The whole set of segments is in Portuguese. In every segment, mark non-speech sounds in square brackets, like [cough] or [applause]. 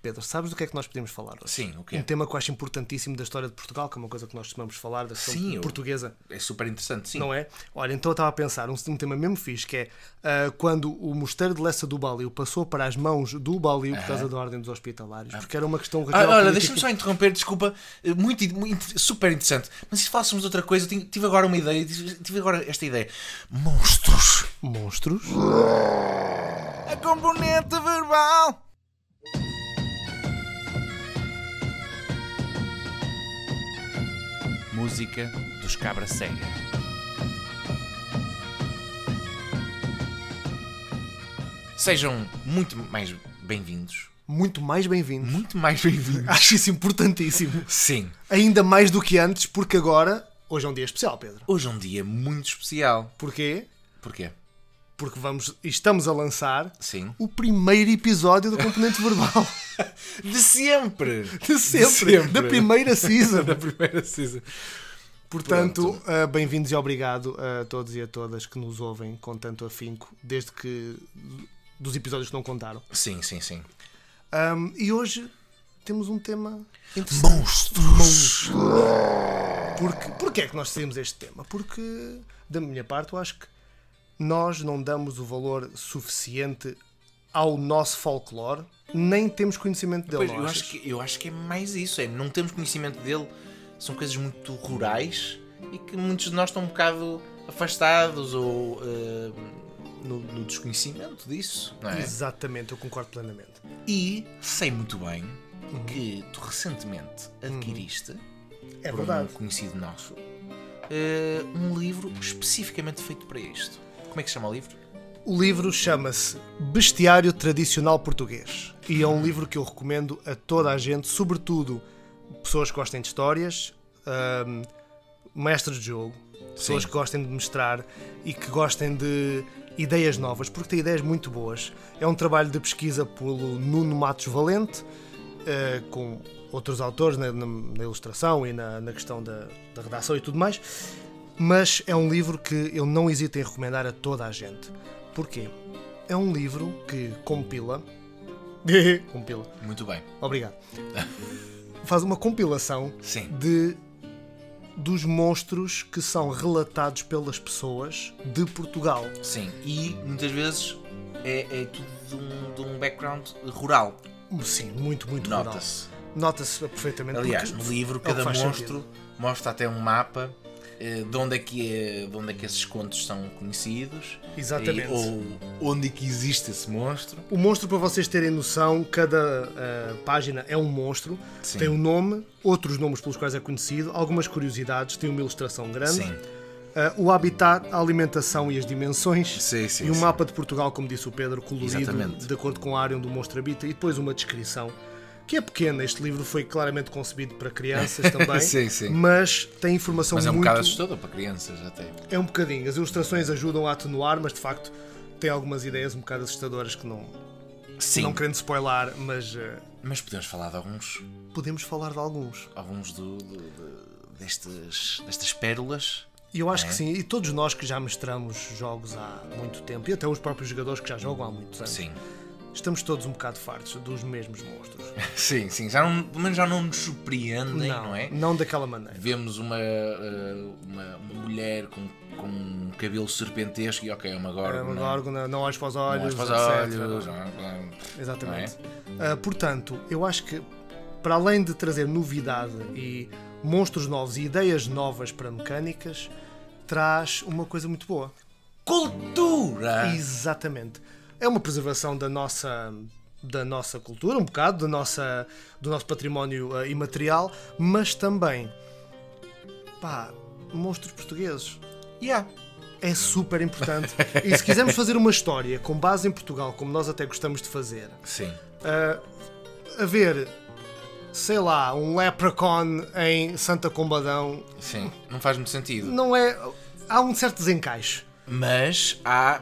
Pedro, sabes do que é que nós podemos falar hoje? Sim, o quê? Um tema que eu acho importantíssimo da história de Portugal, que é uma coisa que nós costumamos falar, da questão Sim, eu- portuguesa, É super interessante, sim. não é? Olha, então eu estava a pensar, um, um tema mesmo fixe, que é ah, quando o mosteiro de Lessa do Balio passou para as mãos do Balio por causa da ordem dos hospitalários, porque era uma questão Ah, aquela olha, política- deixa-me só interromper, desculpa, eh, muito, muito- super interessante. Mas se falássemos de outra coisa, eu tenho- tive agora uma ideia, tive tive agora esta ideia. Monstros! Monstros? A componente É verbal! Música dos Cabra Cega. Sejam muito mais bem-vindos. Muito mais bem-vindos. Muito mais [laughs] bem-vindos. Acho isso importantíssimo. Sim. Ainda mais do que antes, porque agora, hoje é um dia especial, Pedro. Hoje é um dia muito especial. Porquê? Porquê? Porque vamos, estamos a lançar Sim. o primeiro episódio do Componente [laughs] Verbal. De sempre! De sempre. Da primeira [laughs] season. da primeira season. Portanto, ah, bem-vindos e obrigado a todos e a todas que nos ouvem com tanto afinco, desde que dos episódios que não contaram. Sim, sim, sim. Ahm, e hoje temos um tema interessante. Monstros! Porque, porque é que nós decidimos este tema? Porque, da minha parte, eu acho que nós não damos o valor suficiente ao nosso folclore, nem temos conhecimento dele. Pois, Então, não eu, achas? acho que, eu acho que é mais isso, é não temos conhecimento dele, são coisas muito rurais e que muitos de nós estão um bocado afastados ou eh, no, no desconhecimento disso, não é? Exatamente, eu concordo plenamente. E sei muito bem Uhum. que tu recentemente adquiriste, É por um verdade. conhecido nosso, eh, um livro especificamente feito para isto. Como é que se chama o livro? O livro chama-se Bestiário Tradicional Português e é um livro que eu recomendo a toda a gente, sobretudo pessoas que gostem de histórias, ahm, mestres de jogo, pessoas Sim. que gostem de mestrar e que gostem de ideias novas, porque tem ideias muito boas. É um trabalho de pesquisa pelo Nuno Matos Valente, eh, com outros autores na, na- na ilustração e na, na questão da, da redação e tudo mais, mas é um livro que eu não hesito em recomendar a toda a gente. Porquê? É um livro que compila. [laughs] compila. Muito bem. [laughs] Obrigado. Faz uma compilação Sim. de dos monstros que são relatados pelas pessoas de Portugal. Sim. E muitas vezes é, é tudo de um, de um background rural. Sim, muito, muito rural. Nota-se. Nota-se perfeitamente. Aliás, porque no livro, é o que cada faz monstro sentido. mostra até um mapa eh, de onde é que, é, de onde é que esses contos são conhecidos. Exatamente. E, ou onde é que existe esse monstro. O monstro, para vocês terem noção, cada ah, página é um monstro, Sim. tem um nome, outros nomes pelos quais é conhecido, algumas curiosidades, tem uma ilustração grande, Sim. ah, o habitat, a alimentação e as dimensões, Sim, sim, e um sim. mapa de Portugal, como disse o Pedro, colorido Exatamente. de acordo com a área onde o monstro habita, e depois uma descrição. Que é pequena, este livro foi claramente concebido para [laughs] crianças também, Sim, sim. mas tem informação Mas é um muito. bocado assustador para crianças até. É um bocadinho. As ilustrações ajudam a atenuar, mas de facto tem algumas ideias um bocado assustadoras que não, Sim. não querendo spoiler, mas eh, Mas podemos falar de alguns, podemos falar de alguns. alguns do, do- de- destes, destas pérolas. E eu É. acho que sim, e todos nós que já mestramos jogos há muito tempo, e até os próprios jogadores que já jogam há muitos anos, Sim. estamos todos um bocado fartos dos mesmos [laughs] monstros. Sim, sim. Já não, pelo menos já não nos surpreendem, não, é? Não daquela maneira. Vemos uma, eh, uma, uma mulher com, com um cabelo serpentesco e ok, é uma É górgona. uma górgona, não olhos para os olhos, Olhos é para os etc. olhos, não- é? Exatamente. Ah, portanto, eu acho que para além de trazer novidade e monstros novos e ideias novas para mecânicas, traz uma coisa muito boa. Cultura! Exatamente. É uma preservação da nossa da nossa cultura, um bocado, da nossa, do nosso património ah, imaterial, mas também pá, monstros portugueses. Yeah. É super importante. e se quisermos fazer uma história com base em Portugal, como nós até gostamos de fazer, Sim. haver, sei lá, um leprechaun em Santa Combadão, Sim. Não faz muito sentido. não é. Há um certo desencaixe. Mas há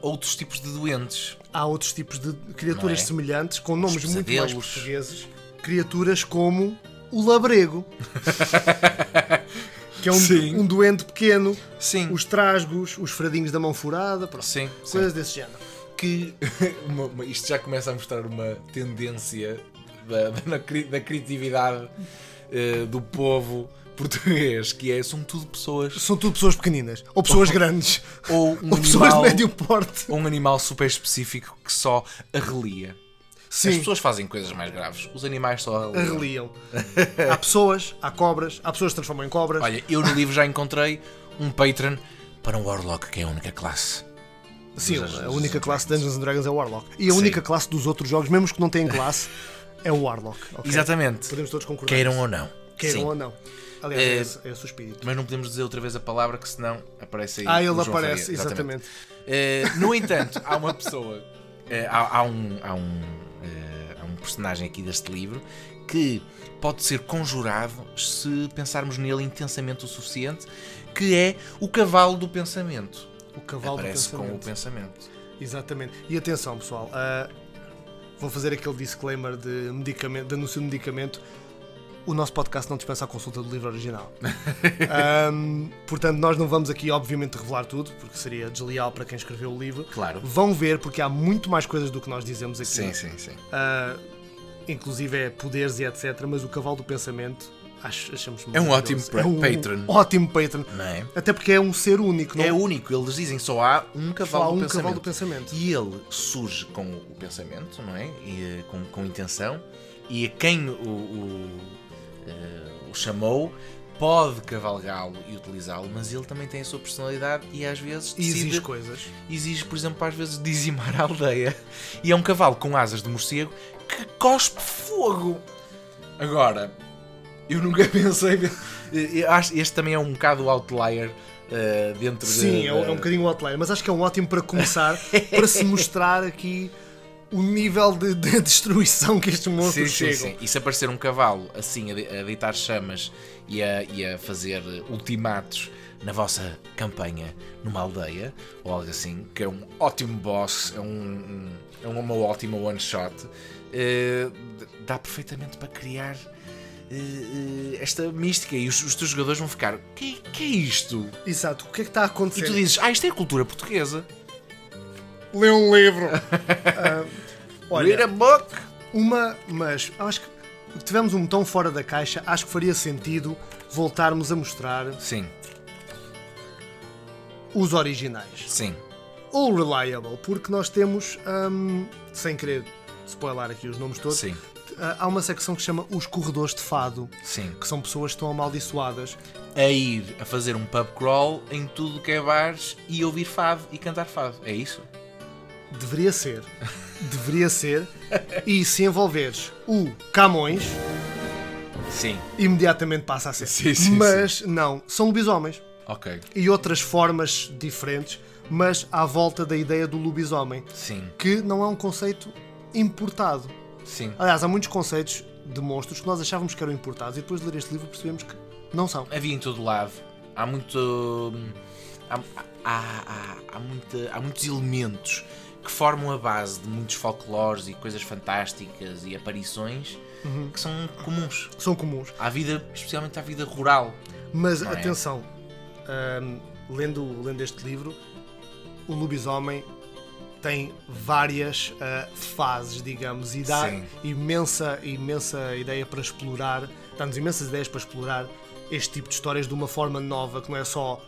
outros tipos de doentes. Há outros tipos de criaturas Não é? semelhantes, com nomes muito mais pesadelos. portugueses. Criaturas como o labrego, [laughs] que é Sim. um, um doente pequeno, Sim. os trasgos, os fradinhos da mão furada, pronto, Sim. sim. [laughs] coisas desse género. que uma- uma- isto já começa a mostrar uma tendência da, da- na cri- da criatividade eh, do povo português, que é, são tudo pessoas São tudo pessoas pequeninas, ou pessoas grandes, ou [laughs] um ou pessoas de animal, médio porte. ou um animal super específico que só arrelia. As Sim, pessoas fazem coisas mais graves, os animais só arreliam. [laughs] arreliam. há pessoas, há cobras, há pessoas que se transformam em cobras. Olha, eu no livro já encontrei um patron para um Warlock, que é a única classe. Sim, Dungeons a and única classe de Dungeons and Dragons é o Warlock. E a Sim. única classe dos outros jogos, mesmo os que não [laughs] têm classe, é o Warlock. ok? Exatamente. é Podemos todos concordar. Queiram ou não. Queiram Sim. é Eh, ou não. Aliás, é, esse, é esse o espírito. Mas não podemos dizer outra vez a palavra, que senão aparece aí. Ah, o ele João Faria. aparece, exatamente. Eh, no entanto, há uma pessoa, eh, há, há um, há, um, eh, há um personagem aqui deste livro que pode ser conjurado se pensarmos nele intensamente o suficiente, que é o cavalo do pensamento. O cavalo do aparece com o pensamento. pensamento. Exatamente. E atenção, pessoal. ah, vou fazer aquele disclaimer de, medicamento, de anúncio de medicamento. O nosso podcast não dispensa a consulta do livro [laughs] original. Ahm, portanto, nós não vamos aqui, obviamente, revelar tudo, porque seria desleal para quem escreveu o livro. Claro. Vão ver, porque há muito mais coisas do que nós dizemos aqui. Sim, sim, sim. Ah, inclusive é poderes e etc. Mas o cavalo do pensamento, acho, achamos É um maravilhoso. ótimo pra- patron. Ótimo patron. Não é? Até porque é um ser único, não É único, eles dizem só há um Só há cavalo, um do, pensamento. cavalo do pensamento. E ele surge com o pensamento, não é? E, eh, com, com intenção. E a quem o, o, eh, o chamou pode cavalgá-lo e utilizá-lo, mas ele também tem a sua personalidade e às vezes E decide, exige coisas. exige, por exemplo, às vezes dizimar a aldeia. [laughs] E é um cavalo com asas de morcego que cospe fogo. Agora, eu nunca [laughs] pensei. eh, eu acho- Este também é um bocado o outlier eh, dentro Sim, de, é um, é um [laughs] bocadinho outline, mas acho que é um ótimo para começar, para se mostrar aqui o nível de, de destruição que estes monstros chegam. E se aparecer um cavalo assim a, de- a deitar chamas e a, e a fazer ultimatos na vossa campanha numa aldeia ou algo assim, que é um ótimo boss, é, um, um- é uma ótima one shot, eh, d- dá perfeitamente para criar eh, eh, esta mística e os, os teus jogadores vão ficar: que, que é isto? Exato, o que é que está a E tu acontecer? dizes: Ah, isto é cultura portuguesa. Lê um livro! Ah, Read a book! Uma, mas acho que tivemos um tão fora da caixa, acho que faria sentido voltarmos a mostrar Sim, os originais. sim. Ou reliable, porque nós temos, hum, sem querer spoiler aqui os nomes todos, Sim. ah, há uma secção que se chama Os Corredores de Fado, Sim. que são pessoas que estão amaldiçoadas. a ir a fazer um pub crawl em tudo que é bares e ouvir fado e cantar fado. É isso? Deveria ser. Deveria ser. E se envolveres o Camões, Sim. imediatamente passa a ser. Sim, sim, mas não, são lobisomens. Ok. e outras formas diferentes, mas à volta da ideia do lobisomem, Sim. que não é um conceito importado. Sim. Aliás, há muitos conceitos de monstros que nós achávamos que eram importados e depois de ler este livro percebemos que não são. Havia em todo lado. Há muito. hum, Há, há, há, há muita- há muitos elementos que formam a base de muitos folclores e coisas fantásticas e aparições Uhum. que são comuns São comuns. à vida, especialmente à vida rural. Mas Não é? atenção, hum, lendo, lendo este livro, o lobisomem tem várias ah, fases, digamos, e dá Sim. imensa, imensa ideia para explorar, dá-nos imensas ideias para explorar este tipo de histórias de uma forma nova, que não é só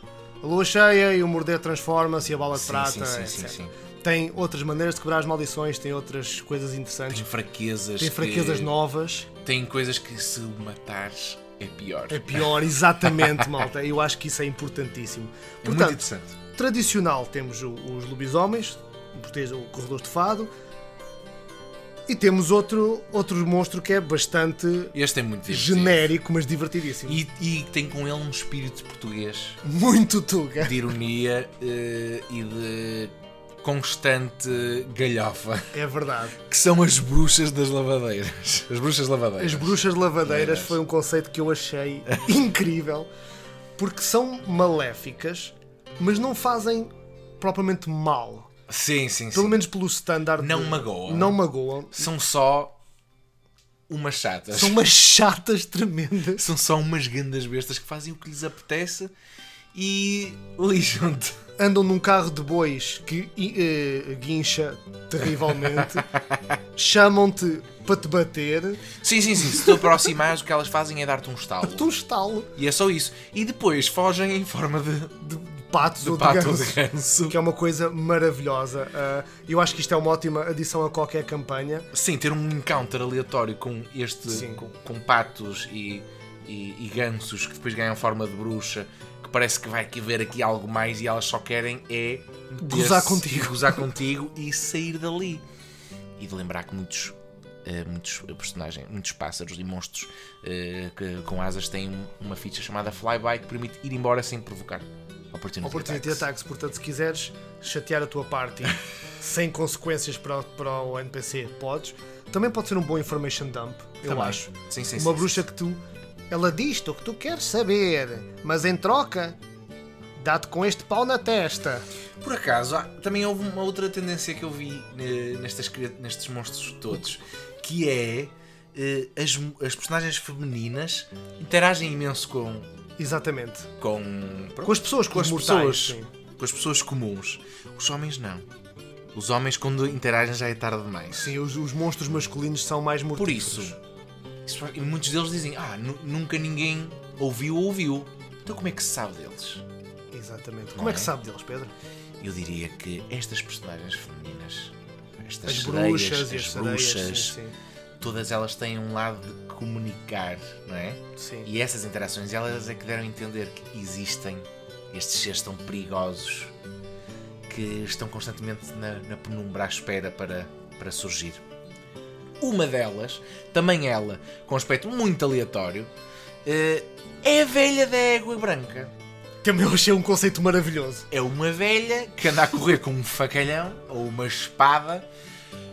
a lua cheia e o morder transforma-se e a bala de Sim, prata, sim, sim, etc. sim, Tem outras maneiras de quebrar as maldições, tem outras coisas interessantes, Tem fraquezas. tem fraquezas que- novas. Tem coisas que se matares é pior. É pior, exatamente, [laughs] malta. Eu acho que isso é importantíssimo. É muito Portanto, interessante. tradicional temos o- os lobisomens, português, o corredor de fado, e temos outro, outro monstro que é bastante Este é muito divertido. genérico, mas divertidíssimo. E, e tem com ele um espírito português Muito tuga. [laughs] de ironia eh, e de constante galhofa, [laughs] É verdade. que são as bruxas das lavadeiras. As bruxas lavadeiras. As bruxas lavadeiras Lavadeiras. foi um conceito que eu achei [laughs] incrível, porque são maléficas, mas não fazem propriamente mal. Sim, sim, Pelo sim. menos pelo standard. Não magoam. Não magoam. São só umas chatas. [laughs] São umas chatas tremendas. São só umas grandes bestas que fazem o que lhes apetece e lixam-te. Andam num carro de bois que i- eh, guincha terrivelmente, [laughs] chamam-te para te bater, Sim, sim, sim. Se te aproximares, o que elas fazem é dar-te um estalo. tu um estalo E é só isso. E depois fogem em forma de, de patos ou de de pato ou ganso. de ganso. Que é uma coisa maravilhosa. Ah, eu acho que isto é uma ótima adição a qualquer campanha. Sim, ter um encounter aleatório com este. Sim. Com, com patos e, e, e gansos que depois ganham forma de bruxa, que parece que vai aqui haver aqui algo mais e elas só querem é Gozar meter-se contigo. e Gozar contigo e sair dali. E de lembrar que muitos. eh, muitos personagens, muitos pássaros e monstros eh, que, com asas têm um, uma ficha chamada flyby que permite ir embora sem provocar oportunidade. Opportunity Attacks. Portanto, se quiseres chatear a tua party [laughs] sem consequências para o, para o NPC, podes. Também pode ser um bom information dump, eu Também. acho. Sim, sim, uma sim, bruxa que tu. Ela diz-te o que tu queres saber, mas em troca, dá-te com este pau na testa. Por acaso, há- também houve uma outra tendência que eu vi eh, nestas, cria- nestes monstros todos, que é eh, as, mu- as personagens femininas interagem imenso com, Exatamente. com, Com as pessoas, com as mortais, pessoas, sim. com as pessoas comuns. Os homens não. Os homens quando interagem já é tarde demais. Sim, os, os monstros masculinos são mais mortais. Por isso, isso fa- e muitos deles dizem: "Ah, nu- nunca ninguém ouviu ou ouviu". Então como é que se sabe deles? Exatamente. Como é que é? sabe deles, Pedro? Eu diria que estas personagens femininas, estas As sereias, bruxas e as as sereias. bruxas, Sim, todas elas têm um lado de comunicar, não é? sim. sim. E essas interações elas é que deram a entender que existem estes seres tão perigosos que estão constantemente na, na penumbra à espera para, para surgir. Uma delas, também ela, com um aspecto muito aleatório, eh, é a velha da égua branca. Também eu achei um conceito maravilhoso. É uma velha que anda a correr com um facalhão ou uma espada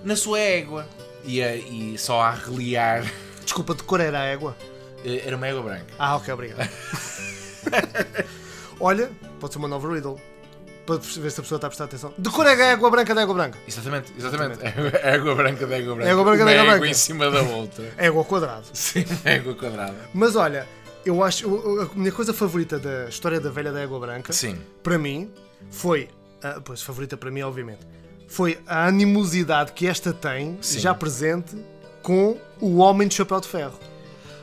na sua égua e, a- e só a reliar. Desculpa, de cor era a égua? Eh, Era uma égua branca. Ah, ok, [laughs] obrigado. Olha, pode ser uma nova riddle. Para ver se a pessoa está a prestar atenção. De cor é a égua branca da égua branca? Exatamente, exatamente. É a [laughs] égua branca da égua branca. Égua branca Uma da égua égua branca. em cima da outra. [laughs] Égua ao quadrado. Sim, uma égua quadrada. Mas olha, eu acho. eu- eu- A minha coisa favorita da história da velha da égua branca, Sim. para mim, foi. ah, pois, favorita para mim, obviamente. Foi a animosidade que esta tem, Sim. já presente, com o Homem de Chapéu de Ferro.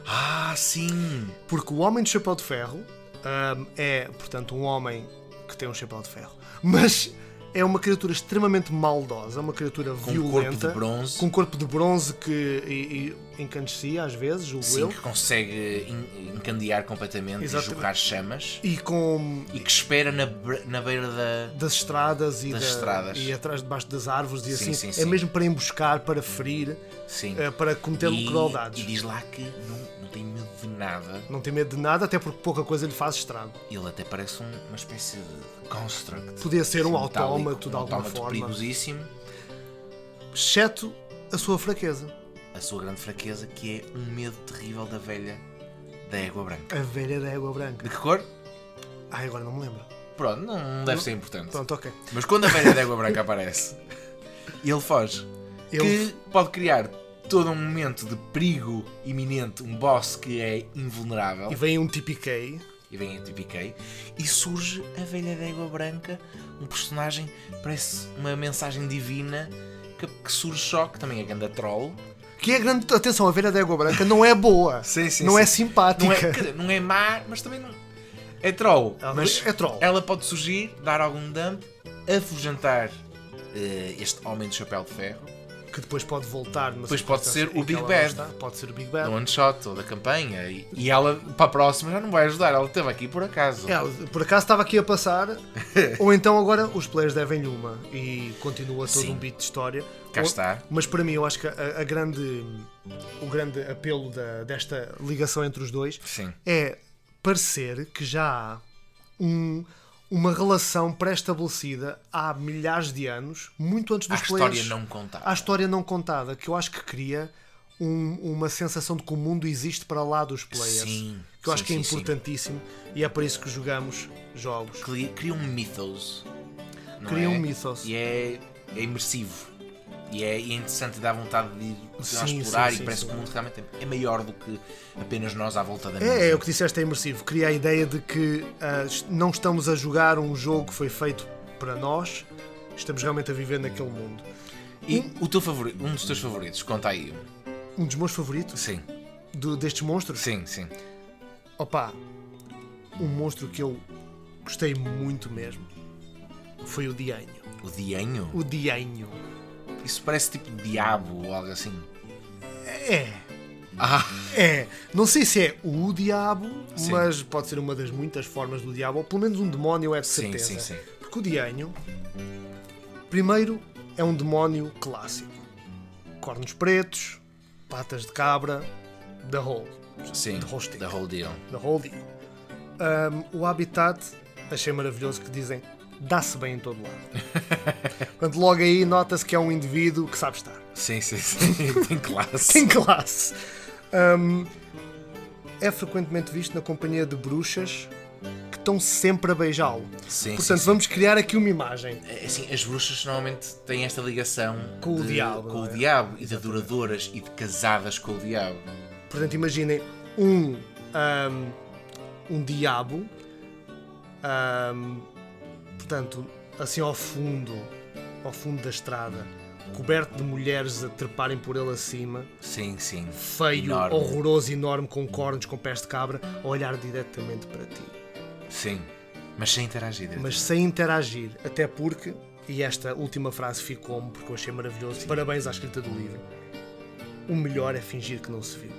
Ah, sim. Porque o homem de chapéu de ferro ahm, é, portanto, um homem que tem um chapéu de ferro, mas é uma criatura extremamente maldosa, uma criatura Com um corpo violenta, de bronze. com um corpo de bronze que e, e encanecia às vezes, julgo Sim, eu, que consegue en- encandear completamente Exatamente. e jogar chamas. e com E que espera na, bre- na beira da... das estradas e, Das da- estradas. e atrás debaixo das árvores e Sim, assim, sim, é sim. mesmo para emboscar, para ferir, Sim. eh, para cometer e, crueldades. E diz lá que não, não tem medo de nada. Não tem medo de nada, até porque pouca coisa lhe faz estrago. Ele até parece um- uma espécie de construct. Podia ser um metálico, autómato de um alguma autómato forma, perigosíssimo. exceto a sua fraqueza. A sua grande fraqueza que é um medo terrível da velha da égua branca. A velha da égua branca. De que cor? Ai, agora não me lembro. Pronto, não deve ser importante. Pronto, ok. Mas quando a velha de água branca aparece, ele foge. Ele- Que pode criar todo um momento de perigo iminente, um boss que é invulnerável. E vem um TPK. E vem a TPK. E surge a velha de água branca, um personagem, parece uma mensagem divina que, que surge só, que também é ganda troll. Que é grande. Atenção, a velha da égua branca não é boa. [laughs] Sim, sim, não é sim. simpática. Não é, quer dizer, não é má, mas também não. É troll. Ela- mas é troll. Ela pode surgir, dar algum dump, afugentar eh, este homem de chapéu de ferro, Que depois pode voltar. numa é- Depois pode ser circunstância o em que Big ela Bad. não está. Pode ser o Big Bad. no one shot ou da campanha, e, e ela para a próxima já não vai ajudar, ela esteve aqui por acaso. Ela, É, por acaso estava aqui a passar, [laughs] ou então agora os players devem-lhe uma e continua todo Sim. um beat de história. Cá Ou- está. Mas para mim, eu acho que a, a grande, o grande apelo da- desta ligação entre os dois Sim. é parecer que já há um- uma relação pré-estabelecida há milhares de anos, muito antes A dos players. história não contar. à história não contada, que eu acho que cria um- uma sensação de que o mundo existe para lá dos players. Sim, que eu acho sim, que é sim, sim. importantíssimo e é para isso que jogamos jogos. Cri- Cria um mythos. não Cria é? um mythos. E é, é imersivo. E é, e é interessante e dá vontade de ir continuar Sim, a explorar sim, sim, e parece sim. que o mundo realmente é- é maior do que apenas nós à volta da mesa. É, é o que disseste, é imersivo. Cria a ideia de que ah, est- não estamos a jogar um jogo que foi feito para nós, estamos realmente a viver naquele mundo. E o teu favorito, um dos teus favoritos, conta aí. um. Um dos meus favoritos Sim, do- destes monstros, sim, sim. opa, um monstro que eu gostei muito mesmo foi o Dianho. O dienho? O Dianho. Isso parece tipo diabo ou algo assim. É, Ah, É, não sei se é o diabo, Sim. mas pode ser uma das muitas formas do diabo, ou pelo menos um demónio é de Sim, certeza. sim, sim. Porque o dianho, primeiro, é um demónio clássico. Cornos pretos, patas de cabra, the whole, sim. whole stick. The whole deal. the whole deal. Um, o habitat, achei maravilhoso que dizem, dá-se bem em todo lado. [laughs] Portanto, logo aí nota-se que é um indivíduo que sabe estar. [laughs] Sim, sim, sim. [laughs] Tem classe. Tem classe. Hum, é frequentemente visto na companhia de bruxas que estão sempre a beijá-lo. Sim, Portanto, sim, vamos criar aqui uma imagem. É, Assim, as bruxas normalmente têm esta ligação Com o de- diabo, com não o é? diabo e de adoradoras e de casadas com o diabo. é? Portanto, imaginem um, hum, um diabo, hum, portanto, assim ao fundo, ao fundo da estrada, coberto de mulheres a treparem por ele acima, Sim, sim. feio, Enorme. horroroso, enorme, com cornos, com pés de cabra, a olhar diretamente para ti. Sim. Mas sem interagir. mas sem interagir, até porque, e esta última frase ficou-me porque eu achei maravilhoso, parabéns à escrita do livro. O melhor é fingir que não se viu.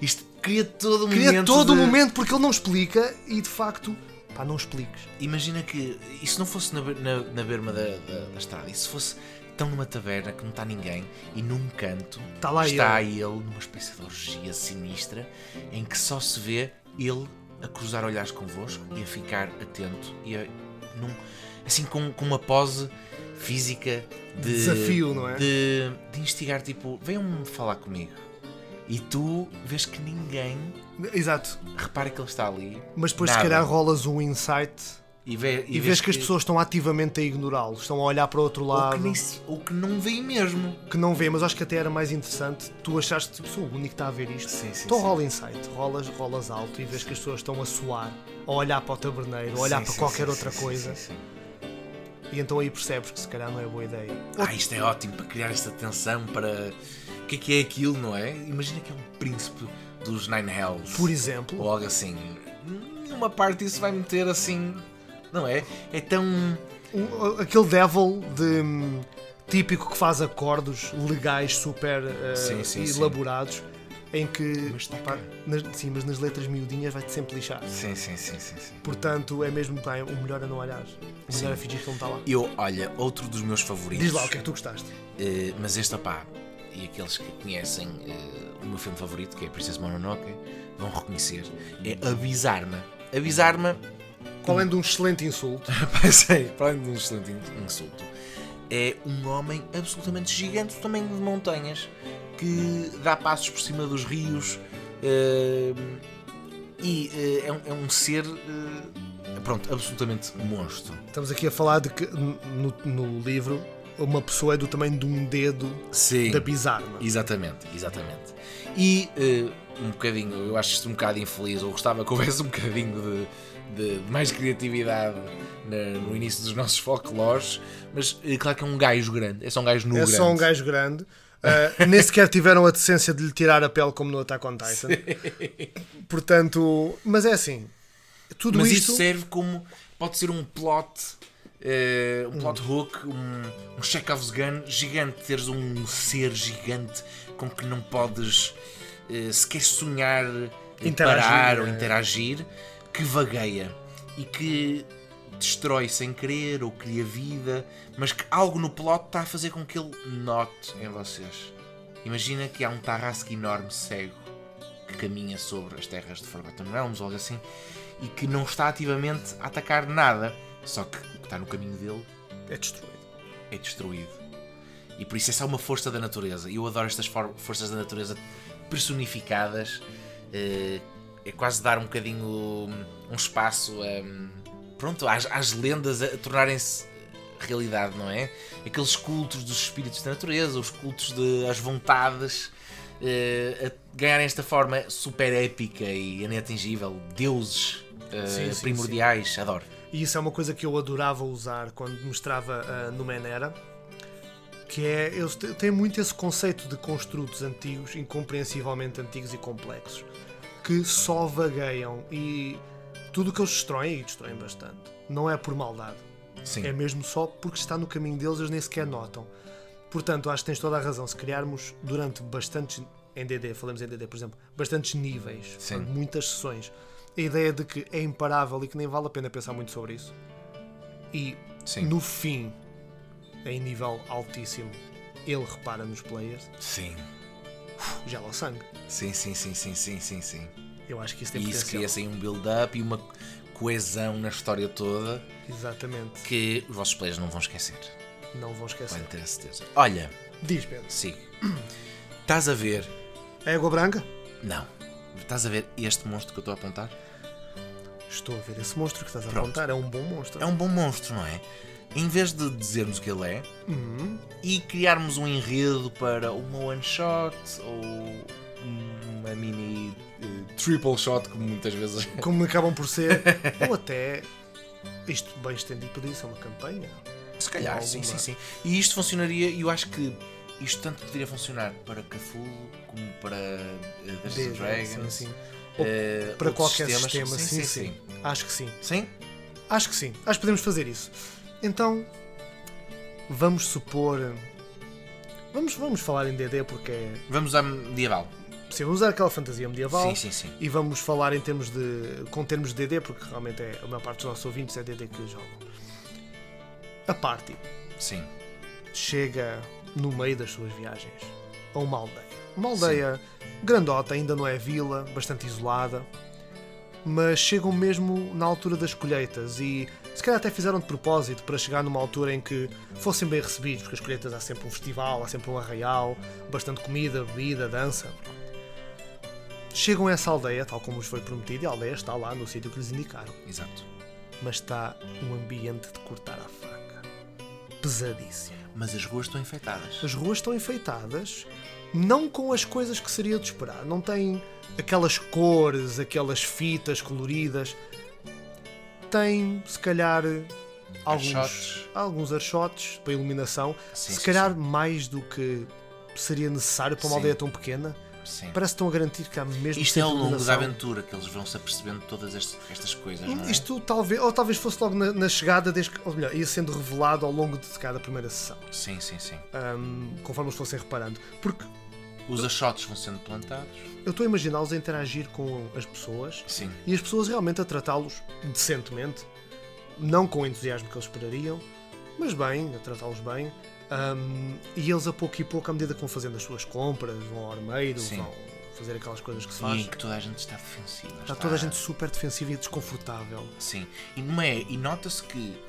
Isto cria todo um Cria momento todo o de- momento porque ele não explica e de facto, pá, não expliques. Imagina que isso não fosse na, be- na, na berma da, da, da estrada, isso fosse tão numa taverna que não está ninguém e num canto Está Tá lá está ele. numa espécie de orgia sinistra em que só se vê ele a cruzar olhares convosco e a ficar atento e a, num- assim com, com uma pose física de Desafio, não é? De, de instigar, tipo, venham-me falar comigo. E tu vês que ninguém Exato. repara que ele está ali Mas depois, Nada. se calhar, rolas um insight e, vê, e, vês que, as pessoas estão ativamente a ignorá-lo, estão a olhar para outro ou que, lado, nem se- ou que não vê mesmo. que não vê, mas acho que até era mais interessante. Tu achaste tipo, sou o único que está a ver isto. Sim, sim, então sim. rola insight, rolas, rolas alto e vês que as pessoas estão a suar, a olhar para o taberneiro, a olhar Sim, para sim, qualquer sim, outra sim, coisa. sim, sim, sim. E então aí percebes que se calhar não é boa ideia. Ah, isto é ótimo para criar esta tensão, para. O que é que é aquilo, não é? Imagina que é um príncipe dos Nine Hells. Por exemplo, Ou algo assim. Numa parte isso vai meter assim. Não é? É tão. um- aquele devil de hum, típico que faz acordos legais super eh, Sim, sim, sim. elaborados em que Mas está cá. nas, sim, mas nas letras miudinhas vai-te sempre lixar. Sim, sim, sim, sim, sim. Portanto, é mesmo bem, o melhor é não olhar. O melhor é fingir que ele não está lá. Eu, olha, outro dos meus favoritos. Diz lá o que é que tu gostaste. Eh, mas este, opá, e aqueles que conhecem eh, o meu filme favorito, que é Princesa Mononoke, vão reconhecer, é Avisar-me. Avisar-me Qual é de um excelente [laughs] insulto? Passei, para além de um excelente in- insulto, é um homem absolutamente gigante, do tamanho de montanhas, que dá passos por cima dos rios eh, e eh, é, um, é um ser, eh, pronto, absolutamente monstro. Estamos aqui a falar de que n- no, no livro uma pessoa é do tamanho de um dedo Sim. da bizarra. Exatamente, exatamente. E eh, um bocadinho, eu acho isto um bocado infeliz, eu gostava que houvesse um bocadinho de, de- de mais criatividade na- no início dos nossos folclores, mas eh, claro que é um gajo grande, é só um gajo nu É grande. só um gajo grande. Uh, nem sequer tiveram a decência de lhe tirar a pele como no Attack on Titan. Portanto, mas é assim. Tudo Mas isto isso serve como. Pode ser um plot. eh, um plot hook, um, um Chekhov's gun gigante. Teres um ser gigante com que não podes eh, sequer sonhar, eh, Interagir, parar ou né? interagir, que vagueia e que destrói sem querer ou cria vida, mas que algo no plot está a fazer com que ele note em vocês. Imagina que há um Tarrasque enorme cego que caminha sobre as terras de Forgotten Realms ou algo assim e que não está ativamente a atacar nada. Só que o que está no caminho dele é destruído. é destruído. E por isso é só uma força da natureza. E eu adoro estas for- forças da natureza personificadas. Eh, É quase dar um bocadinho ehm, um espaço hum, pronto, às, às lendas a tornarem-se realidade, não é? Aqueles cultos dos espíritos da natureza, os cultos das vontades, eh, a ganharem esta forma super épica e inatingível, deuses eh, Sim, sim, primordiais, adoro. E isso é uma coisa que eu adorava usar quando mostrava ah, no Menera, que é eles te- têm muito esse conceito de construtos antigos, incompreensivelmente antigos e complexos, que só vagueiam e tudo o que eles destroem, e destroem bastante, não é por maldade. Sim. É mesmo só porque está no caminho deles, eles nem sequer notam. Portanto, acho que tens toda a razão. Se criarmos durante bastantes. Em DD, falamos em DD, por exemplo, bastantes níveis, Sim. portanto, muitas sessões, a ideia de que é imparável e que nem vale a pena pensar muito sobre isso. E Sim. no fim, em nível altíssimo, ele repara nos players, Sim. gela o sangue. Sim, sim, sim, sim, sim, sim, sim. Eu acho que isso tem E isso potencial. cria assim um build-up e uma coesão na história toda Exatamente. que os vossos players não vão esquecer. Não vão esquecer. Podem ter a certeza. Olha, Diz, Pedro. sim. Estás a ver. É água branca? Não. Estás a ver este monstro que eu estou a apontar? Estou a ver esse monstro que estás a Pronto. apontar. É um bom monstro. É um bom monstro, não é? Em vez de dizermos o que ele é Uhum. e criarmos um enredo para uma one shot ou uma mini eh, triple shot, como muitas vezes como acabam por ser, ou até isto bem estendido poderia ser uma campanha. Se calhar, Alguma. Ah, sim, sim, sim. E isto funcionaria, e eu acho que isto tanto poderia funcionar para Cthulhu como para eh, Dungeons and Desde- Dragons. sim, sim. eh, Para outros qualquer sistemas. sistema, sim sim, Acho que sim. Sim? Acho que sim. Acho que podemos fazer isso. Então, vamos supor. Vamos, vamos falar em DD porque é Vamos à medieval. possível usar aquela fantasia medieval. Sim, sim, sim. E vamos falar em termos de. com termos de DD, porque realmente é, a maior parte dos nossos ouvintes é DD que jogam. A party Sim. chega no meio das suas viagens a uma aldeia. Uma aldeia grandota, ainda não é vila, bastante isolada, mas chegam mesmo na altura das colheitas e se calhar até fizeram de propósito para chegar numa altura em que fossem bem recebidos, porque as colheitas há sempre um festival, há sempre um arraial, bastante comida, bebida, dança. Chegam a essa aldeia, tal como vos foi prometido, e a aldeia está lá no sítio que lhes indicaram Exato. mas está um ambiente de cortar a faca. Pesadíssimo. Mas as ruas estão infectadas. As ruas estão enfeitadas, não com as coisas que seria de esperar. Não tem aquelas cores, aquelas fitas coloridas. Tem, se calhar, alguns Archotes. alguns archotes para iluminação. Sim, se sim, calhar mais do que seria necessário para uma Sim. aldeia tão pequena. Sim. Parece que estão a garantir que há mesmo Isto é ao longo da iluminação. aventura que eles vão se apercebendo de todas est- estas coisas, não é? Hum, Isto talvez, ou talvez fosse logo na, na chegada, desde que, ou melhor, ia sendo revelado ao longo de cada primeira sessão, Sim, sim, sim. hum, conforme eles fossem reparando. Porque Os achotes vão sendo plantados. eu estou a imaginá-los a interagir com as pessoas Sim. e as pessoas realmente a tratá-los decentemente, não com o entusiasmo que eles esperariam, mas bem, a tratá-los bem. hum, e eles a pouco e pouco, à medida que vão fazendo as suas compras, vão ao armeiro, Sim. vão fazer aquelas coisas que se E faz. em que toda a gente está defensiva. Está toda a gente super defensiva e desconfortável. Sim, e, não é, e nota-se que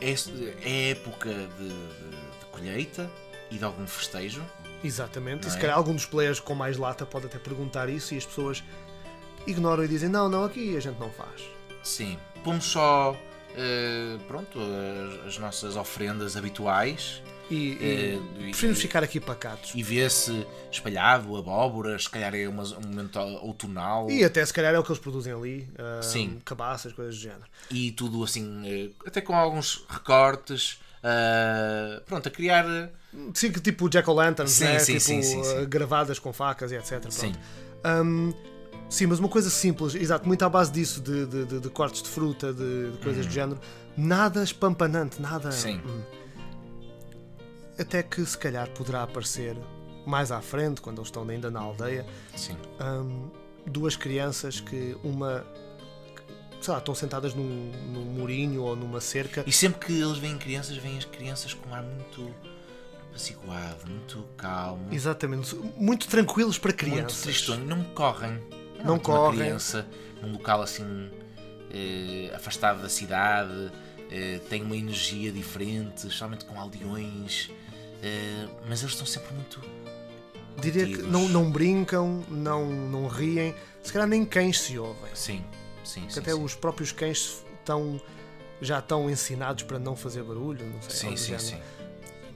é, é época de, de- de colheita e de algum festejo. Exatamente. E se é? calhar algum dos players com mais lata pode até perguntar isso e as pessoas ignoram e dizem não, não, aqui a gente não faz. Sim, pomos só eh, pronto, as, as nossas ofrendas habituais E, e É, e- preferimos ficar aqui pacatos. e vê-se espalhado abóboras, se calhar é uma- um momento outonal E até se calhar é o que eles produzem ali. ah, Tipo- Sim. Cabaças, coisas do género. e tudo assim, eh, até com alguns recortes, ah, pronto, a criar. Sim, que tipo jack-o'-lanterns, Sim, né? sim, tipo sim, sim, sim. ah, gravadas com facas e etc. Pronto. Sim, Hum, sim, mas uma coisa simples, exato, muito à base disso, de, de- de- de cortes de fruta, de, de coisas do género, nada espampanante, nada. Uhum. Sim. Hum. Até que se calhar poderá aparecer mais à frente, quando eles estão ainda na aldeia, sim, hum, duas crianças que uma. Sei lá, estão sentadas num, num murinho ou numa cerca. E sempre que eles veem crianças, veem as crianças com um ar muito apaciguado, muito calmo, Exatamente, muito tranquilos para muito crianças. tristonho. Não correm. É Não uma correm. criança num local assim eh, afastado da cidade, eh, tem uma energia diferente, especialmente com aldeões, eh, mas eles estão sempre muito. Diria que contidos. não, não brincam, não, não riem, se calhar nem cães se ouvem. Sim, sim, que sim. até sim. os próprios cães estão já estão ensinados para não fazer barulho, não sei, Sim, algo do sim, género. sim.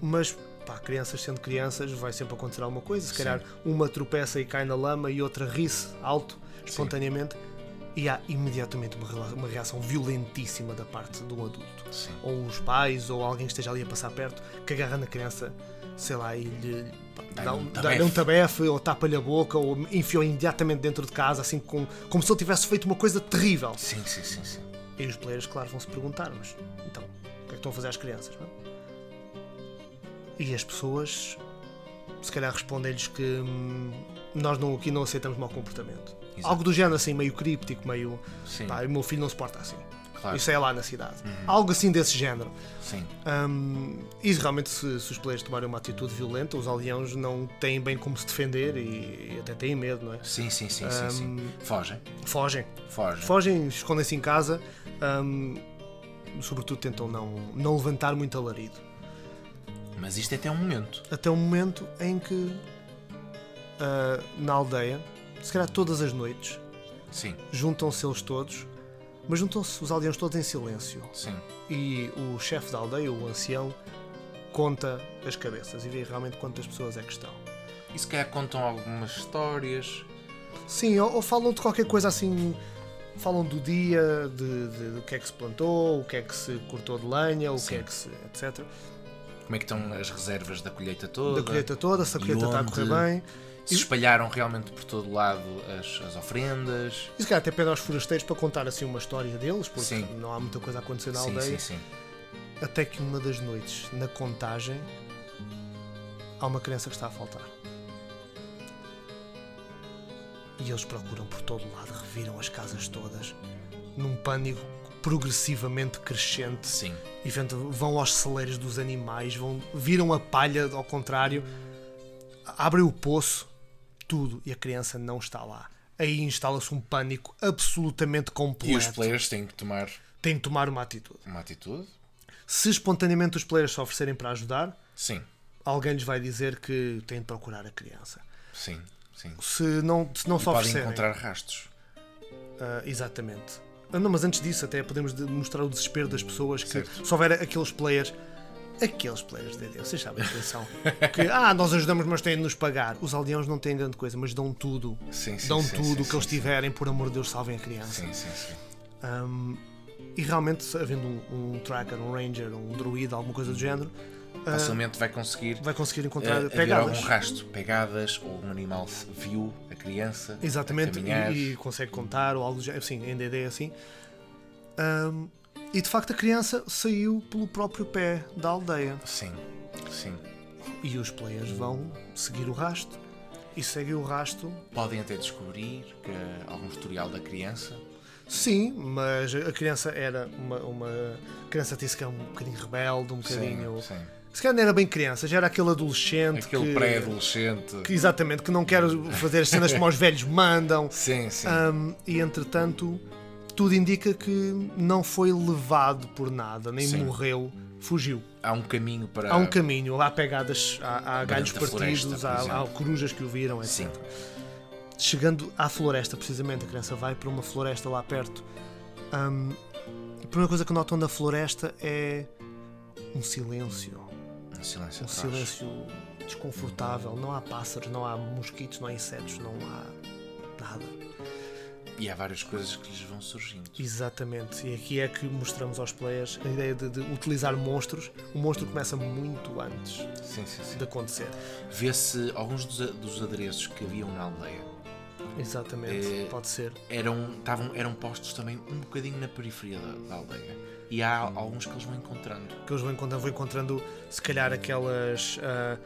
Mas pá, crianças sendo crianças, vai sempre acontecer alguma coisa. Se calhar uma tropeça e cai na lama e outra ri-se alto, espontaneamente, e há imediatamente uma rela- uma reação violentíssima da parte de um adulto Sim. ou os pais, ou alguém que esteja ali a passar perto, que agarra na criança, sei lá, e lhe pá, dá um- tabefe. dá-lhe um tabefe, ou tapa-lhe a boca, ou enfiou imediatamente dentro de casa, assim com, como se ele tivesse feito uma coisa terrível. Sim, sim, sim, sim. E os players, claro, vão se perguntar, mas então, o que é que estão a fazer às crianças? não é? E as pessoas, se calhar, respondem-lhes que hum, nós não, aqui não aceitamos mau comportamento. Exato. Algo do género assim, meio críptico, meio. Sim. Pá, o meu filho não se porta assim. Claro. Uhum. Isso é lá na cidade. Algo assim desse género. Sim. Hum, e realmente, se, se os players tomarem uma atitude violenta, os aldeões não têm bem como se defender e, e até têm medo, não é? Sim, sim, sim, sim, sim. Fogem. Fogem. Fogem. Fogem, escondem-se em casa, hum, sobretudo tentam não, não levantar muito alarido. Mas isto é até um momento. Até o momento em que, ah, na aldeia, se calhar todas as noites, Sim, juntam-se eles todos, mas juntam-se os aldeões todos em silêncio. sim. e o chefe da aldeia, o ancião, conta as cabeças e vê realmente quantas pessoas é que estão. E se calhar contam algumas histórias. Sim, ou, ou falam de qualquer coisa assim. Falam do dia, de, de- do que é que se plantou, o que é que se cortou de lenha, o que Sim. é que se. etc. Como é que estão as reservas da colheita Da toda? colheita toda, se a E colheita está a correr onde- bem. Se espalharam realmente por todo lado as, as ofrendas. E se calhar até pedem aos forasteiros para contar assim uma história deles, porque Sim. não há muita coisa a acontecer na Sim, aldeia. sim, sim. Até que uma das noites, na contagem, há uma criança que está a faltar. E eles procuram por todo lado, reviram as casas todas, num pânico progressivamente crescente. Sim. E vendo- vão aos celeiros dos animais, vão, viram a palha ao contrário, abrem o poço, tudo, e a criança não está lá. Aí instala-se um pânico absolutamente E os completo. players têm que tomar Tem de tomar uma atitude. uma atitude? Se espontaneamente os players se oferecerem para ajudar, Sim, alguém lhes vai dizer que têm de procurar a criança. sim, sim. Se não, se não se Podem oferecerem. encontrar rastros. Ah, exatamente. Ah, não, mas antes disso, até podemos de- mostrar o desespero das pessoas que Certo. se houver aqueles players. Aqueles players de Deus, vocês sabem quem [laughs] são. que, ah, nós ajudamos, mas têm de nos pagar. Os aldeões não têm grande coisa, mas dão tudo. Sim, sim, dão sim, tudo sim, o que eles sim, tiverem, por amor de Deus, salvem a criança. Sim, sim, sim. Ahm, e realmente, se havendo um, um tracker, um ranger, um druida, alguma coisa do género, Facilmente vai conseguir Ah, vai conseguir eh, encontrar haver pegadas. algum rastro. Pegadas, ou algum animal se viu a criança. a Exatamente, caminhar. e, e consegue contar ou algo do género, assim, em DD assim. Ahm, e de facto a criança saiu pelo próprio pé da aldeia. Sim, sim. E os players vão seguir o rasto. E seguem o rasto, Podem até descobrir que algum tutorial da criança. sim, mas a criança era uma. uma a criança disse que era um bocadinho rebelde, um bocadinho. Sim, sim. Se calhar não era bem criança, já era aquele adolescente. Aquele que- pré-adolescente. que, Exatamente, que não quer fazer as cenas como os velhos mandam. Sim, sim. Ahm, e entretanto, tudo indica que não foi levado por nada, nem Sim. morreu, fugiu. Há um caminho para. Há um caminho, há pegadas, há, há galhos da floresta, partidos, por há, há exemplo. corujas que o viram, etc. Sim, Chegando à floresta, precisamente, a criança vai para uma floresta lá perto. Ahm, a primeira coisa que notam na floresta é um silêncio. um silêncio Um atrás. silêncio desconfortável. Não há pássaros, não há mosquitos, não há insetos, não há nada. E há várias coisas que lhes vão surgindo. Exatamente, e aqui é que mostramos aos players a ideia de, de utilizar monstros. O monstro começa muito antes Sim, sim, sim. de acontecer. Vê-se alguns dos, a- dos adereços que haviam na aldeia Exatamente, pode ser. eram, estavam, eram postos também um bocadinho na periferia da, da aldeia. E há alguns que eles vão encontrando. Que eles vão encontrando, vão encontrando se calhar aquelas. ah,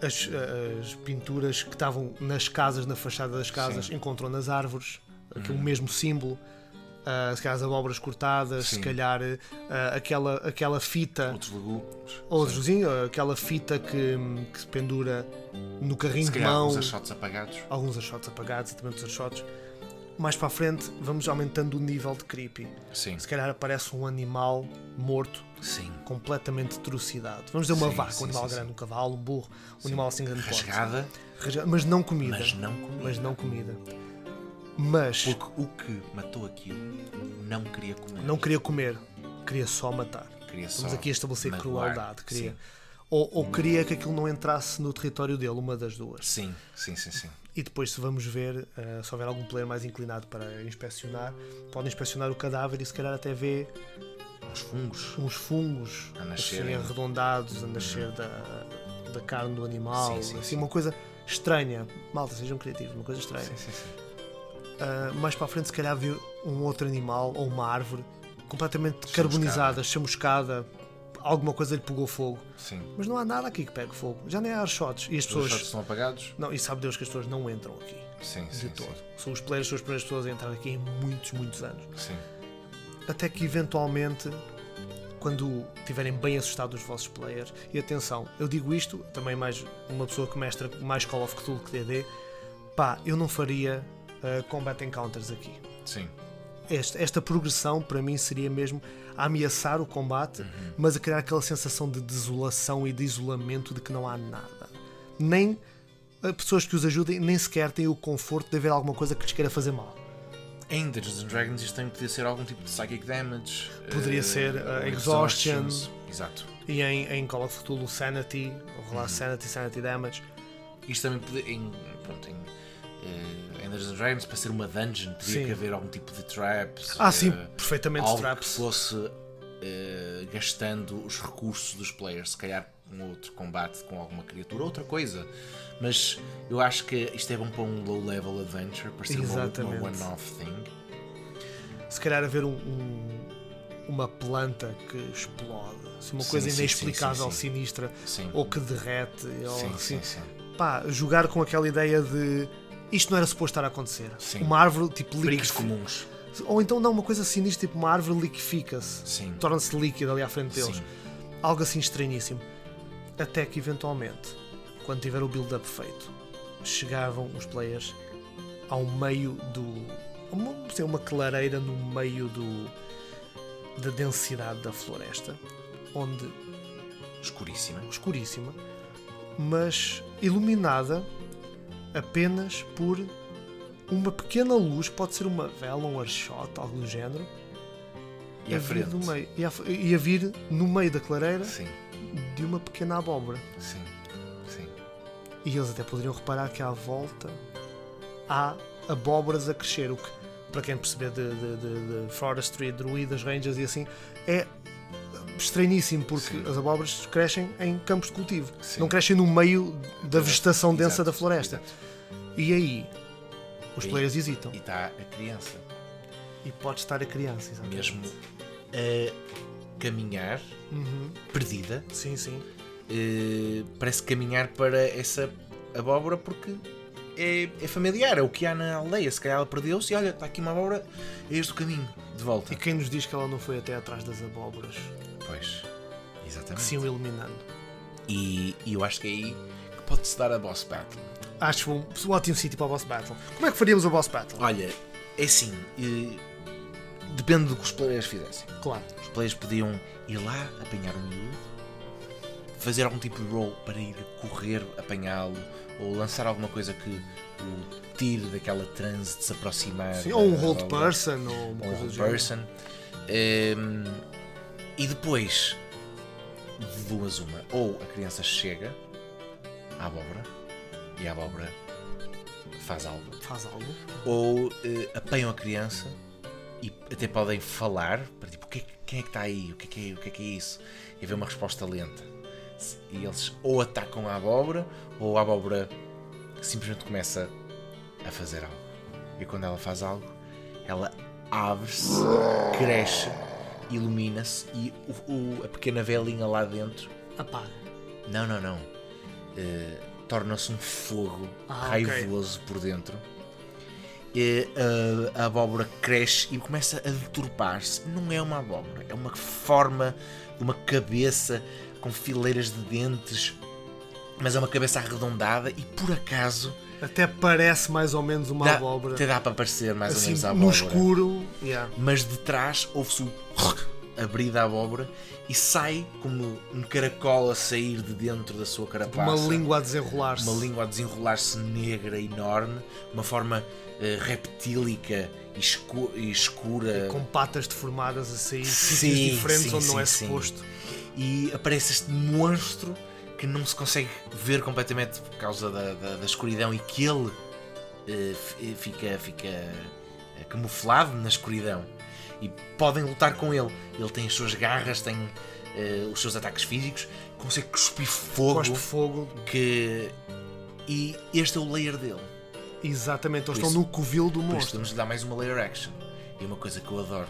as, ah, as pinturas que estavam nas casas, na fachada das casas, encontram nas árvores Uhum. aquele mesmo símbolo. Ah, se calhar as abóboras cortadas, se Sim. calhar ah, aquela, aquela fita. Outros legumes. Ou Josinho, aquela fita que, que se pendura no carrinho Se de calhar mão, alguns achotes apagados. alguns achotes apagados, também os achotes. Mais para a frente, vamos aumentando o nível de creepy. Sim. Se calhar aparece um animal morto, Sim. completamente trucidado. Vamos dizer uma Sim, vaca, sim, um animal sim, grande, um cavalo, um burro, um animal assim grande porte. Rasgada, Rasgado, mas não comida. mas não comida. Mas não comida. Mas Porque o que matou aquilo não queria comer. não queria comer. queria só matar. Queria Estamos só aqui a estabelecer magoar. crueldade. Queria. Sim. Ou, ou queria que aquilo não entrasse no território dele, uma das duas. Sim, sim, sim, sim. E depois, se vamos ver, eh, se houver algum player mais inclinado para inspecionar, pode inspecionar o cadáver e se calhar até ver Os fungos. uns fungos A nascerem. assim, arredondados a nascer da, da carne do animal. Sim, sim, assim, sim. uma coisa estranha. Malta, sejam criativos, uma coisa estranha. Sim, sim, sim. Ah, mais para a frente, se calhar, ver um outro animal ou uma árvore completamente carbonizada, chamuscada. Alguma coisa lhe pegou fogo. sim. Mas não há nada aqui que pegue fogo. Já nem há shots. E as Os pessoas. shots estão apagados? Não, e sabe Deus que as pessoas não entram aqui. Sim, De sim. todo. São os players, são as primeiras pessoas a entrar aqui em muitos, muitos anos. Sim. Até que eventualmente, quando estiverem bem assustados os vossos players, e atenção, eu digo isto, também mais uma pessoa que mestra mais Call of Cthulhu que DD, pá, eu não faria ah, combat encounters aqui. Sim. sim. Esta, esta progressão para mim seria mesmo a ameaçar o combate, mas a criar aquela sensação de desolação e de isolamento de que não há nada. Nem ah, pessoas que os ajudem, nem sequer têm o conforto de haver alguma coisa que lhes queira fazer mal. Em Dungeons and Dragons isto também podia ser algum tipo de psychic damage. Poderia eh, ser, eh, ou exhaustion. exhaustions. Exato. E em, em Call of Cthulhu, Sanity, ou rolar Sanity, Sanity Damage, Isto também poderia. Em, pronto, em, eh, em Dungeons and Dragons, para ser uma dungeon, teria Sim. que haver algum tipo de traps. Ah, eh, sim, perfeitamente algo traps. que fosse eh, gastando os recursos dos players, se calhar um outro combate com alguma criatura, outra coisa. Mas eu acho que isto é bom para um low level adventure, para ser uma, Exatamente. uma one-off thing. Se calhar haver um, um- uma planta que explode, assim, uma Sim, coisa sim, sim, inexplicável, sim, sim. sinistra, Sim. ou que derrete, ou sim, assim. sim, sim. Pá, jogar com aquela ideia de isto não era suposto estar a acontecer. Sim. Uma árvore tipo Perigos liquefica. comuns. Ou então não, uma coisa sinistra, tipo uma árvore liquefica-se, Sim. torna-se líquida ali à frente deles. Sim. Algo assim estranhíssimo. Até que eventualmente, quando tiver o build-up feito, chegavam os players ao meio do. a Uma, sei, uma clareira no meio do da densidade da floresta, onde Escuríssima. escuríssima, mas iluminada apenas por uma pequena luz, pode ser uma vela, um archote, algo do género, E à a vir frente. do meio, e, a, e a vir no meio da clareira Sim, de uma pequena abóbora. sim, sim. E eles até poderiam reparar que à volta há abóboras a crescer, o que, para quem perceber de, de, de, de forestry, druidas, rangers e assim, é estranhíssimo, porque as abóboras crescem em campos de cultivo, Sim. não crescem no meio da vegetação densa Exato, da floresta. exato. E aí, os E- players hesitam. E está a criança. E pode estar a criança, exatamente. Mesmo a caminhar, Uhum. perdida, Sim, sim. eh, parece caminhar para essa abóbora porque é, é familiar, é o que há na aldeia. Se calhar ela perdeu-se e olha, está aqui uma abóbora, é este o caminho, de volta. E quem nos diz que ela não foi até atrás das abóboras Pois, que exatamente. se iam iluminando? E, e eu acho que é aí que pode-se dar a boss battle. Acho um um ótimo sítio para o boss battle. Como é que faríamos o boss battle? Olha, é assim, eh, depende do que os players fizessem. Claro. Os players podiam ir lá apanhar o miúdo, fazer algum tipo de roll para ir correr, apanhá-lo, ou lançar alguma coisa que o tire daquela transe de se aproximar. Sim, ou um da- hold da- person, ou uma Ou coisa um do hold género. person. Ehm, e depois, de duas uma, ou a criança chega à abóbora e a abóbora faz algo Faz algo. ou eh, apanham a criança e até podem falar para tipo, o que é, que- quem é que está aí? O que é que é, o que é que é isso? E haver uma resposta lenta. Se- E eles ou atacam a abóbora ou a abóbora simplesmente começa a fazer algo. E quando ela faz algo, ela abre-se, cresce, ilumina-se e o- o- a pequena velinha lá dentro Apaga. não, não, não. Eh, Torna-se um fogo Ah, raivoso por dentro. E eh, a, a abóbora cresce e começa a deturpar-se. Não é uma abóbora, é uma forma de uma cabeça com fileiras de dentes, mas é uma cabeça arredondada e por acaso Até parece mais ou menos uma dá, abóbora. até dá para parecer mais ou Assim, menos a no abóbora. escuro. Yeah. Mas de trás ouve-se o abrida a abóbora e sai como um caracol a sair de dentro da sua carapaça. Uma língua a desenrolar-se. Uma língua a desenrolar-se negra, enorme, uma forma eh, reptílica e escu- e É escura. Com patas deformadas a sair de Sim, sítios diferentes sim, onde não sim, é sim. suposto. e aparece este monstro que não se consegue ver completamente por causa da, da, da escuridão e que ele eh, f- eh, fica, fica eh, camuflado na escuridão e podem lutar com ele. Ele tem as suas garras, tem eh, os seus ataques físicos, consegue cuspir fogo Cospe fogo, que e este é o layer dele. exatamente. Eles Por estão isso- no covil do Por isso monstro. podemos lhe dar mais uma layer action. E uma coisa que eu adoro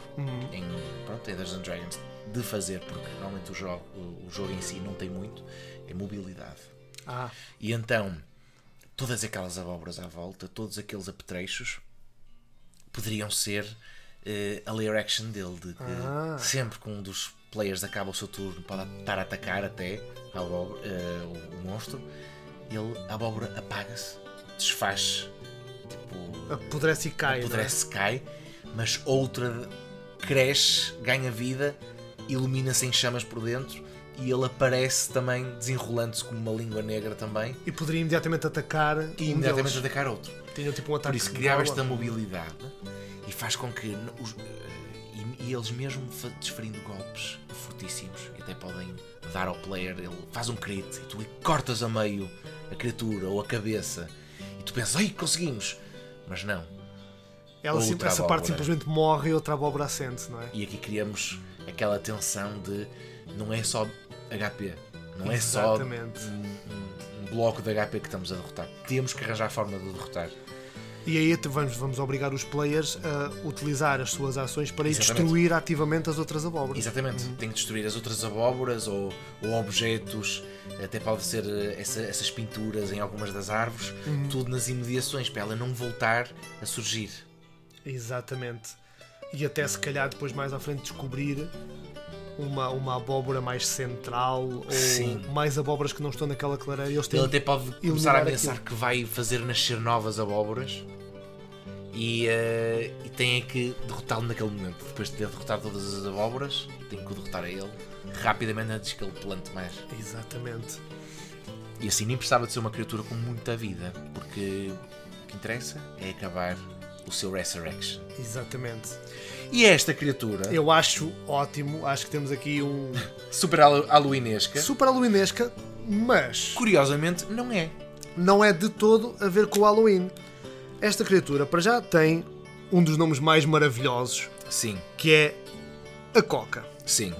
em, pronto, em Dungeons and Dragons de fazer, porque normalmente o jogo, o, o jogo em si não tem muito, é mobilidade. Ah, E então, todas aquelas abóboras à volta, todos aqueles apetrechos, poderiam ser eh, a layer action dele. De que Ah. Sempre que um dos players acaba o seu turno, pode estar a atacar até a abóbora, eh, o, o monstro, ele, a abóbora apaga-se, desfaz, tipo, apodrece e cai. não é? apodrece, cai, mas outra cresce, ganha vida, ilumina-se em chamas por dentro e ele aparece também desenrolando-se como uma língua negra também E poderia imediatamente atacar e um imediatamente deles. atacar outro. Tinha tipo um Por ataque. isso de criava bola. esta mobilidade e faz com que n- os- eh, e, e eles mesmo fa- desferindo golpes fortíssimos e até podem dar ao player, ele faz um crit e tu lhe cortas a meio a criatura ou a cabeça e tu pensas, ai conseguimos! Mas não, Ela, sim- outra essa parte abóbora. simplesmente morre e outra abóbora acende, não é? E aqui criamos aquela tensão de não é só HP, não é só um, Exatamente. um- um bloco de HP que estamos a derrotar. Temos que arranjar a forma de o derrotar. E aí te- vamos, vamos obrigar os players a utilizar as suas ações para ir Exatamente. destruir ativamente as outras abóboras. Exatamente, tem que destruir as outras abóboras ou, ou objetos, até pode ser eh, essa- essas pinturas em algumas das árvores, tudo nas imediações para ela não voltar a surgir. Exatamente. E até se calhar depois mais à frente descobrir uma, uma abóbora mais central ou Sim. mais abóboras que não estão naquela clareira. Eles têm... Ele até pode começar a aquilo. pensar que vai fazer nascer novas abóboras e, eh, e tem é que derrotá-lo naquele momento. Depois de ter derrotado todas as abóboras, tem que o derrotar a ele rapidamente antes que ele plante mais. Exatamente. E assim nem precisava de ser uma criatura com muita vida, porque o que interessa é acabar o seu Resurrection. Exatamente. E é esta criatura, Eu acho ótimo. Acho que temos aqui um [laughs] super halo- halloweenesca, super aluinesca, mas curiosamente não é. não é de todo a ver com o Halloween. Esta criatura, para já, tem um dos nomes mais maravilhosos, Sim, que é a Coca. sim.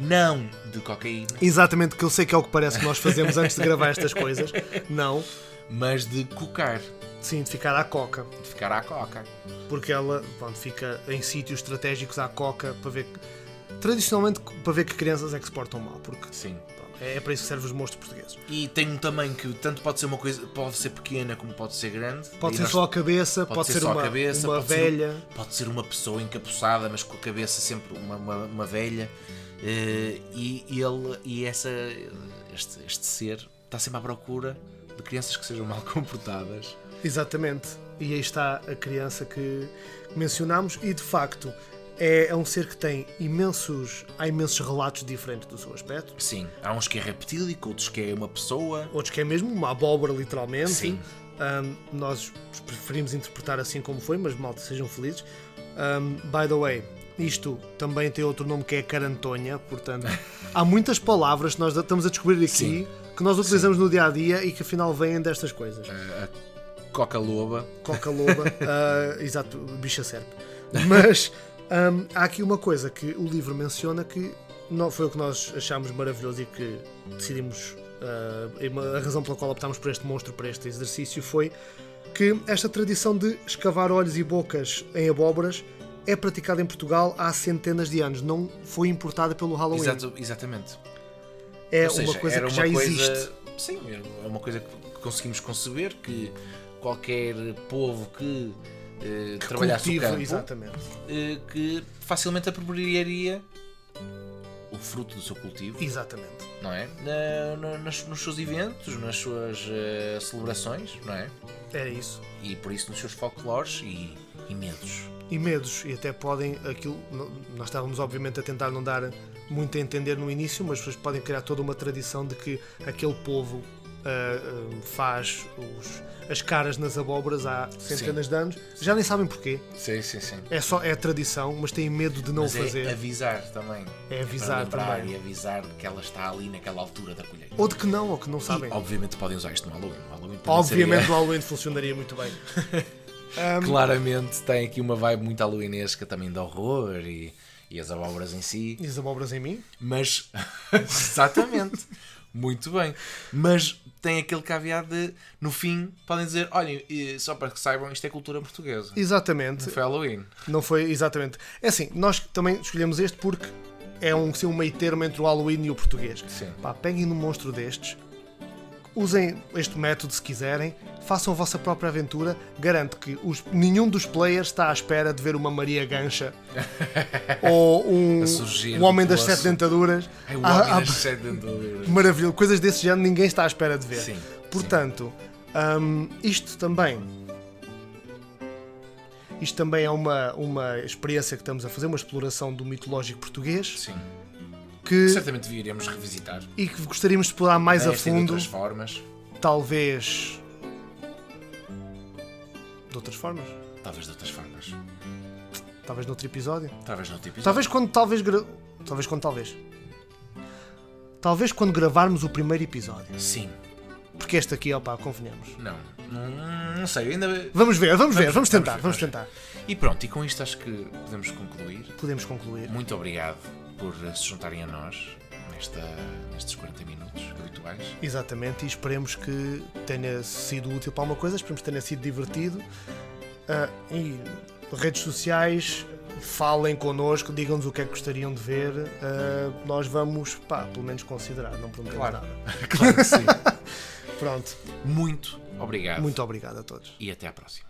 Não de cocaína, Exatamente, que eu sei que é o que parece que nós fazemos antes de gravar estas coisas. Não, mas de cocar, sim, de ficar à Coca. de ficar à coca. Porque ela pronto, fica em sítios estratégicos à Coca para ver que. Tradicionalmente, para ver que crianças é que se portam mal, porque Sim. pronto, é é para isso que servem os monstros portugueses. E tem um tamanho que tanto pode ser uma coisa, pode ser pequena como pode ser grande. Pode E ser nós- só a cabeça, pode, ser, só a uma, cabeça, uma pode ser- um- velha. pode ser uma pessoa encapuçada, mas com a cabeça sempre uma, uma, uma velha. Eh, e, e ele e essa este, este ser está sempre à procura de crianças que sejam mal [laughs] comportadas. Exatamente. E aí está a criança que mencionámos e de facto é, é um ser que tem imensos, há imensos relatos diferentes do seu aspecto. Sim, há uns que é reptílico, outros que é uma pessoa. Outros que é mesmo uma abóbora literalmente. Sim. Ahm, nós preferimos interpretar assim como foi, mas malta, sejam felizes. Ahm, by the way, isto também tem outro nome que é carantonha, [laughs] portanto, há muitas palavras que nós estamos a descobrir aqui Sim. É. que nós utilizamos no dia a dia e que afinal vêm destas coisas. Coca-loba. Coca-loba, [laughs] ah, exato, bicha serpe. Mas ahm, há aqui uma coisa que o livro menciona que não foi o que nós achámos maravilhoso e que decidimos. ah, e uma- a razão pela qual optámos por este monstro, para este exercício, foi que esta tradição de escavar olhos e bocas em abóboras é praticada em Portugal há centenas de anos, não foi importada pelo Halloween. Exato, exatamente. É Ou seja, uma coisa era que já uma coisa- existe. Sim, é uma coisa que conseguimos conceber que qualquer povo que, eh, trabalhasse Cultivo, o campo exatamente. eh, que facilmente apropriaria o fruto do seu cultivo, Exatamente. não é? Na- na- nas- nos seus eventos, nas suas eh, celebrações, não é? Era isso. E por isso nos seus folclores e e medos. e medos e até podem aquilo no- nós estávamos obviamente a tentar não dar muito a entender no início mas vocês podem criar toda uma tradição de que aquele povo ah, ah, faz os- as caras nas abóboras há centenas de anos já nem sabem porquê Sim, sim, sim. é só é tradição mas têm medo de não Mas o fazer é avisar também. É para avisar lembrar também. E avisar que ela está ali naquela altura da colheita. ou de que não ou que não sabem E, obviamente podem usar isto no Halloween. No Halloween também obviamente seria- o Halloween funcionaria muito bem [laughs] Claramente tem aqui uma vibe muito halloweenesca também de horror e, e as abóboras em si. e as abóboras em mim Mas. [laughs] Exatamente. Muito bem. Mas tem aquele caveat de, no fim, podem dizer: olhem, e só para que saibam, isto é cultura portuguesa. exatamente Foi Halloween. Não foi exatamente. É assim, nós também escolhemos este porque é um, assim, um meio termo entre o Halloween e o português. Sim. Pá, peguem num monstro destes, usem este método se quiserem, façam a vossa própria aventura. Garanto que os- nenhum dos players está à espera de ver uma Maria [laughs] Gancha ou um, A surgir um Homem do das Sete poço. Dentaduras. É o Ah, homem ah, das sete dentaduras. maravilhoso. Coisas desse género ninguém está à espera de ver. Sim, Portanto, hum, isto também. Isto também é uma, uma experiência que estamos a fazer, uma exploração do mitológico português Sim. que, Certamente iremos revisitar. e que gostaríamos de explorar mais a Esta e É, de fundo, outras formas. talvez. De outras formas? Talvez de outras formas. Talvez noutro episódio? Talvez no tipo Talvez quando talvez. gra- Talvez quando talvez. Talvez quando gravarmos o primeiro episódio. Sim. Porque este aqui, opá, convenhamos. Não. Hum, Não, não sei. Ainda... Vamos ver, vamos, ver, vamos vamos tentar, ver, vamos vamos ver. tentar. E pronto, e com isto acho que podemos concluir. Podemos concluir. Muito obrigado por se juntarem a nós nesta, nestes 40 minutos habituais. Exatamente, e esperemos que tenha sido útil para alguma coisa, esperemos que tenha sido divertido. Ah, e redes sociais, falem connosco, digam-nos o que é que gostariam de ver. Ah, nós vamos, pá, pelo menos considerar, não prometemos Claro. nada. [laughs] Claro que sim. [laughs] Pronto, Muito obrigado. muito obrigado a todos. E até à próxima.